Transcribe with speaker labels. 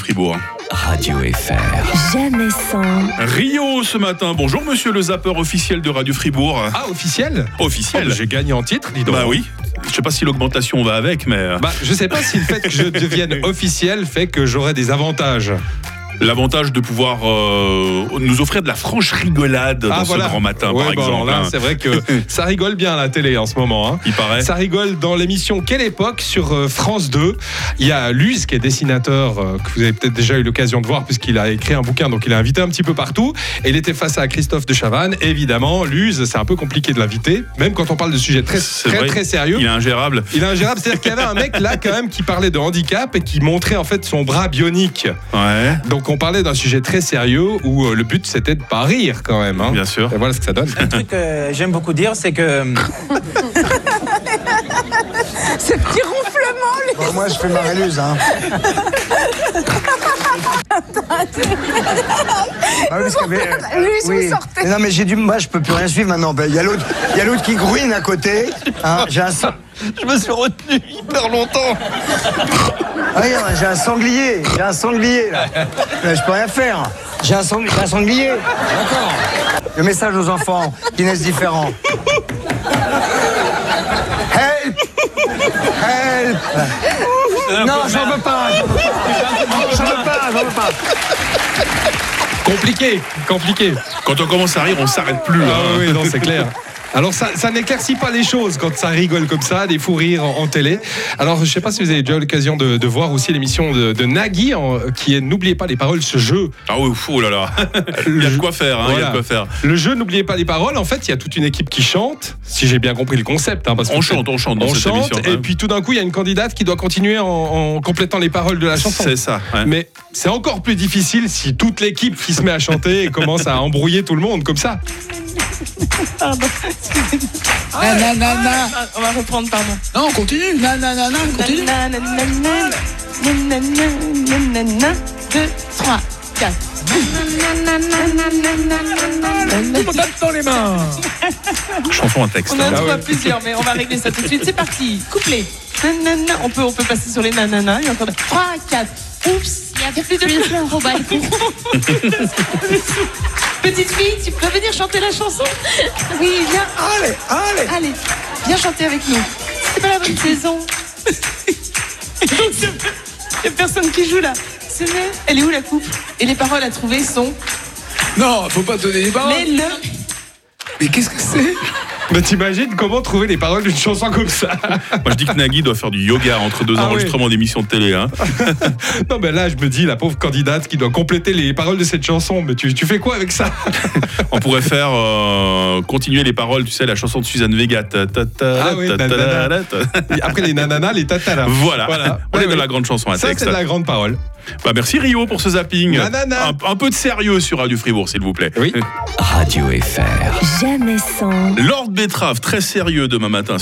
Speaker 1: Fribourg.
Speaker 2: Radio FR.
Speaker 3: Jamais sans,
Speaker 1: Rio ce matin. Bonjour monsieur le zapper officiel de Radio Fribourg.
Speaker 4: Ah, officiel
Speaker 1: Officiel.
Speaker 4: J'ai gagné en titre, dis donc.
Speaker 1: Bah oui. Je sais pas si l'augmentation va avec, mais euh,
Speaker 4: Bah, je sais pas si le fait que je devienne officiel fait que j'aurai des avantages.
Speaker 1: l'avantage de pouvoir euh, nous offrir de la franche rigolade dans ce grand matin,
Speaker 4: Ah, Ouais,
Speaker 1: par
Speaker 4: bah, alors
Speaker 1: exemple.
Speaker 4: là,
Speaker 1: hein.
Speaker 4: c'est vrai que ça rigole bien à la télé en ce moment. hein.
Speaker 1: Il paraît.
Speaker 4: Ça rigole dans l'émission Quelle époque sur euh, France 2. Il y a Luz qui est dessinateur euh, que vous avez peut-être déjà eu l'occasion de voir puisqu'il a écrit un bouquin donc il a invité un petit peu partout et il était face à Christophe de Chavannes. Évidemment, Luz, c'est un peu compliqué de l'inviter même quand on parle de sujets très
Speaker 1: C'est
Speaker 4: très,
Speaker 1: vrai.
Speaker 4: très sérieux.
Speaker 1: Il est ingérable.
Speaker 4: Il est ingérable, c'est-à-dire qu'il y avait un mec là quand même qui parlait de handicap et qui montrait en fait son bras bionique.
Speaker 1: Ouais,
Speaker 4: Donc on parlait d'un sujet très sérieux où euh, le but c'était de pas rire quand même. hein.
Speaker 1: bien sûr.
Speaker 4: Et voilà ce que ça donne.
Speaker 5: Un truc que j'aime beaucoup dire, c'est que euh,
Speaker 6: Ce petit ronflement, les
Speaker 7: Bon, moi, je fais ma réluse, hein. Ah oui, parce qu'il y avait-
Speaker 6: Lui, si vous sortez.
Speaker 7: Mais euh, Non, mais j'ai du. Moi, je peux plus rien suivre maintenant. Ben, Il y a l'autre il y a l'autre qui grouine à côté. hein. J'ai un. sang-
Speaker 8: Je me suis retenu hyper longtemps.
Speaker 7: Ah oui, j'ai un sanglier. J'ai un sanglier, là. Mais je peux rien faire. J'ai un, sang- j'ai un sanglier. D'accord. Le message aux enfants qui naissent différents. Help! Help! Non, j'en veux pas! j'en veux pas, J'en veux pas, j'en veux pas!
Speaker 4: compliqué, compliqué.
Speaker 1: Quand on commence à rire, on s'arrête plus.
Speaker 4: Ah
Speaker 1: hein.
Speaker 4: oui, oui, non, c'est clair. Alors ça, ça n'éclaircit pas les choses quand ça rigole comme ça, des fous rires en, en télé. Alors je sais pas si vous avez déjà eu l'occasion de, de voir aussi l'émission de, de Nagui en- qui est N'oubliez pas les paroles, ce jeu.
Speaker 1: Ah oui, fou, oh là là. Il y a de quoi faire, hein, il y a
Speaker 4: Voilà.
Speaker 1: de quoi faire.
Speaker 4: Le jeu N'oubliez pas les paroles, en fait il y a toute une équipe qui chante, si j'ai bien compris le concept. hein, parce que
Speaker 1: On chante, on chante dans
Speaker 4: on
Speaker 1: cette
Speaker 4: chante,
Speaker 1: émission.
Speaker 4: et
Speaker 1: hein.
Speaker 4: puis tout d'un coup il y a une candidate qui doit continuer en, en complétant les paroles de la chanson.
Speaker 1: c'est ça. hein. ouais.
Speaker 4: Mais c'est encore plus difficile si toute l'équipe qui se met à chanter et commence à embrouiller tout le monde comme ça.
Speaker 8: Nanana.
Speaker 6: On va reprendre, pardon.
Speaker 8: Non, on continue. Nanana, on continue.
Speaker 6: Nananana, nananana, Deux, trois, quatre.
Speaker 8: Tout le monde tape dans les mains.
Speaker 1: Chanson à texte.
Speaker 6: On en
Speaker 1: hein.
Speaker 6: trouve
Speaker 4: ouais.
Speaker 6: à plusieurs, mais on va régler ça tout de suite. C'est parti, couplet. Nanana, on peut, on peut passer sur les nanana. Il y a encore 3, 4. Oups, il y a plus de fleurs au balcon. Petite fille, tu peux venir chanter la chanson Oui, viens. Allez, allez. Allez, viens chanter avec nous. C'est pas la bonne saison. Il y a personne qui joue là. C'est vrai. Elle est où la coupe Et les paroles à trouver sont
Speaker 8: Non, faut pas donner les
Speaker 6: Mais
Speaker 8: paroles.
Speaker 6: le.
Speaker 8: Mais qu'est-ce que c'est
Speaker 4: Mais t'imagines comment trouver les paroles d'une chanson comme ça
Speaker 1: Moi, je dis que Nagui doit faire du yoga entre deux
Speaker 4: Ah oui.
Speaker 1: enregistrements d'émissions de télé. hein.
Speaker 4: Non, mais là, je me dis, la pauvre candidate qui doit compléter les paroles de cette chanson, mais tu, tu fais quoi avec ça
Speaker 1: On pourrait faire euh, continuer les paroles, tu sais, la chanson de Suzanne Vega. Ta, ta, ta,
Speaker 4: Ah oui,
Speaker 1: ta, ta,
Speaker 4: nanana.
Speaker 1: ta, ta, ta.
Speaker 4: Et Après les nananas, les tatanas.
Speaker 1: Voilà, on
Speaker 4: Ouais,
Speaker 1: est dans
Speaker 4: ouais.
Speaker 1: la grande chanson à
Speaker 4: Ça,
Speaker 1: texte.
Speaker 4: c'est de la grande parole.
Speaker 1: Bah, merci Rio pour ce zapping.
Speaker 4: Nanana.
Speaker 1: Un, un peu de sérieux sur Radio Fribourg, s'il vous plaît.
Speaker 4: Oui.
Speaker 2: Radio FR.
Speaker 3: jamais sans.
Speaker 1: Lord Betrave, très sérieux demain matin